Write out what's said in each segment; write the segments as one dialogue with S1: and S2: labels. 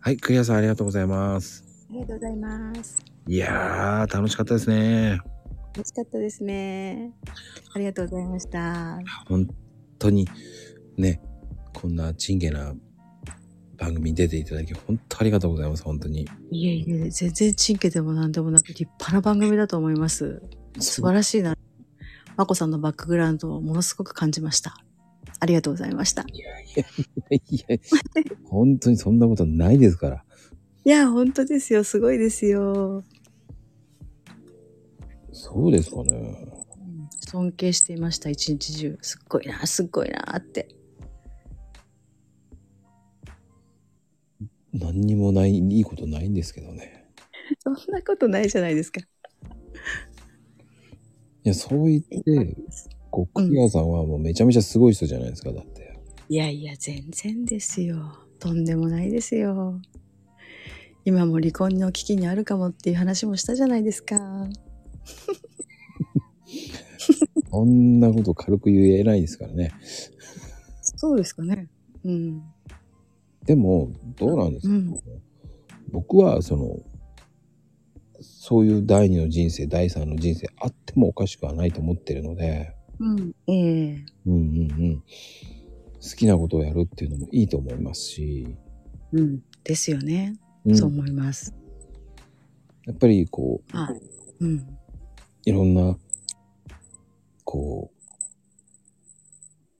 S1: はい、クリアさんありがとうございます。
S2: ありがとうございます。
S1: いやー、楽しかったですね。
S2: 楽しかったですね。ありがとうございました。
S1: 本当に、ね、こんなチンゲな番組に出ていただき、本当ありがとうございます、本当に。
S2: いえいえ、全然チンケでもなんでもなく立派な番組だと思います。素晴らしいな。まこさんのバックグラウンドをものすごく感じました。ありがとうございました。
S1: いや、本当にそんなことないですから。
S2: いや、本当ですよ。すごいですよ。
S1: そうですかね。
S2: 尊敬していました、一日中。すっごいな、すっごいなって。
S1: 何にもない、いいことないんですけどね。
S2: そんなことないじゃないですか。
S1: いや、そう言って、こう、クリアさんはもうめちゃめちゃすごい人じゃないですか、だって。
S2: いやいや、全然ですよ。とんでもないですよ。今も離婚の危機にあるかもっていう話もしたじゃないですか。
S1: そんなこと軽く言えないですからね。
S2: そうですかね。うん。
S1: でも、どうなんですか、
S2: うん
S1: 僕は、その、そういう第二の人生、第三の人生あってもおかしくはないと思ってるので、
S2: うん。ええ
S1: うんうんうん。好きなことをやるっていうのもいいと思いますし、
S2: うん。ですよね。
S1: うん、
S2: そう思います。
S1: やっぱりこう、
S2: はい。うん。
S1: いろんな、こ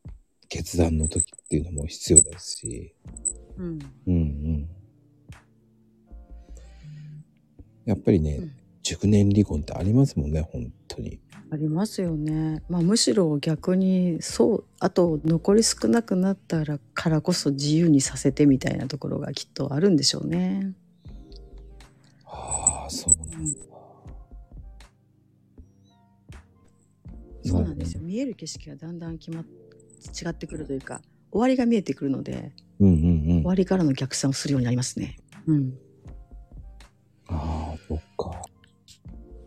S1: う、決断の時っていうのも必要ですし、
S2: うん。
S1: うんうん。やっぱりね、
S2: うん
S1: 熟年離婚ってありますもんね、本当に。
S2: ありますよね。まあむしろ逆にそうあと残り少なくなったらからこそ自由にさせてみたいなところがきっとあるんでしょうね。
S1: ああ、そうなんですか。
S2: そうなんですよ。
S1: よ。
S2: 見える景色がだんだん決まっ違ってくるというか終わりが見えてくるので
S1: うんうんうん
S2: 終。わりからの逆算をするようになりますね。うん。
S1: ああ、そっか。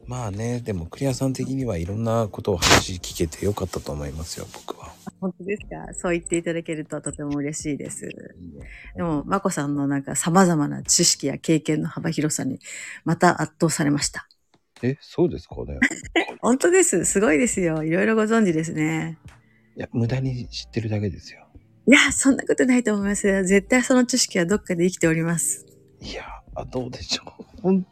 S1: まあね、でもクリアさん的にはいろんなことを話聞けてよかったと思いますよ、僕は。
S2: 本当ですか。そう言っていただけるととても嬉しいです。でも、まこさんのなんか様々な知識や経験の幅広さに、また圧倒されました。
S1: え、そうですかね。
S2: 本当です。すごいですよ。いろいろご存知ですね。
S1: いや、無駄に知ってるだけですよ。
S2: いや、そんなことないと思いますよ。絶対その知識はどっかで生きております。
S1: いや、あどうでしょう。ほん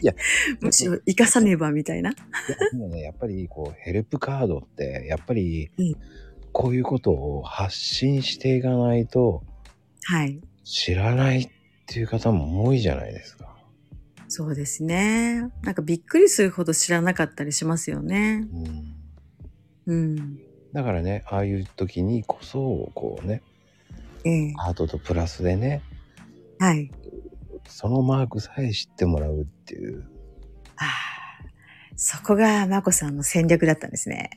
S1: いや、
S2: むしろ生かさねばみたいな。
S1: いやでもね、やっぱりこう、ヘルプカードって、やっぱり
S2: うん、
S1: こういうことを発信していかないと、
S2: はい。
S1: 知らないっていう方も多いじゃないですか。
S2: そうですね。なんかびっくりするほど知らなかったりしますよね。
S1: うん、
S2: うん。
S1: だからね、ああいう時にこそ、こうね、
S2: ええ。
S1: ハートとプラスでね、
S2: はい。
S1: そのマークさえ知ってもらうっていう。
S2: ああ。そこがまこさんの戦略だったんですね。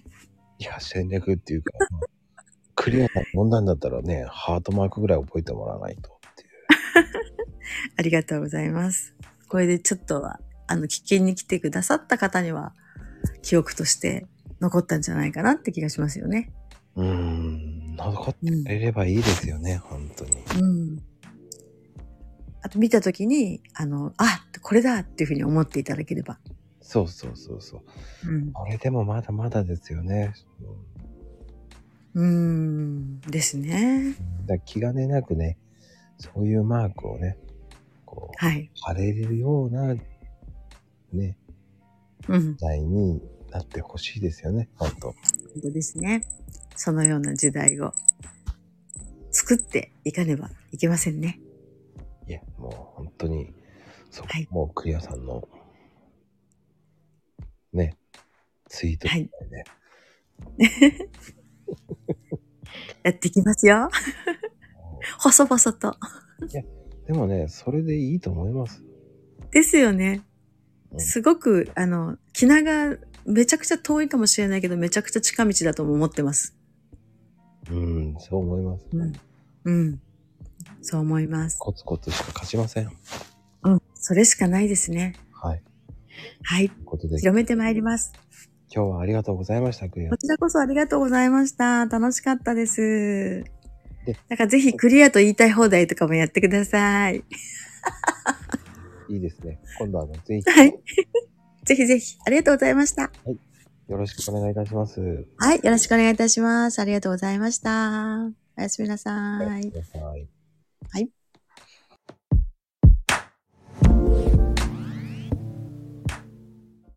S1: いや、戦略っていうか、 まあクリアな問題だったらね、ハートマークぐらい覚えてもらわないとっていう。
S2: ありがとうございます。これでちょっとは、あの、聞きに来てくださった方には、記憶として残ったんじゃないかなって気がしますよね。
S1: うーん、残って
S2: うん
S1: く。れればいいですよね、本当に。
S2: うん。あと見たときに、あの、あ、これだっていうふうに思っていただければ。
S1: そうそうそうそう。
S2: うん。
S1: これでもまだまだですよね。
S2: うーん。ですね。
S1: うんだから気兼ねなくね、そういうマークをね、こう、
S2: はい。
S1: 貼れるような、ね、
S2: うん。
S1: 時代になってほしいですよね、本当
S2: 本当ですね。そのような時代を作っていかねばいけませんね。
S1: いや、もう本当に、そこ、
S2: はい
S1: もうクリアさんの、ね、ツイート
S2: はい
S1: みたいで、
S2: やっていきますよ。
S1: も
S2: 細々と。
S1: うでもね、それでいいと思います。
S2: ですよね。
S1: うん
S2: すごく、あの、気長、めちゃくちゃ遠いかもしれないけど、めちゃくちゃ近道だとも思ってます。
S1: うん、そう思います。
S2: うん。うん。そう思います。
S1: コツコツしか勝ちません。
S2: うん。それしかないですね。
S1: はい。
S2: はい。
S1: ということで、
S2: 広めてまいります。
S1: 今日はありがとうございました、クリア
S2: こちらこそありがとうございました。楽しかったです。
S1: で
S2: だからぜひクリアと言いたい放題とかもやってください。
S1: いいですね。今度はあの、ぜひ、
S2: はい。 ぜひぜひ、ありがとうございました。
S1: よろしくお願いいたします。
S2: はい、よろしくお願いいたします。ありがとうございました。おやすみなさ
S1: おやす
S2: い
S1: み。なさい。
S2: はい。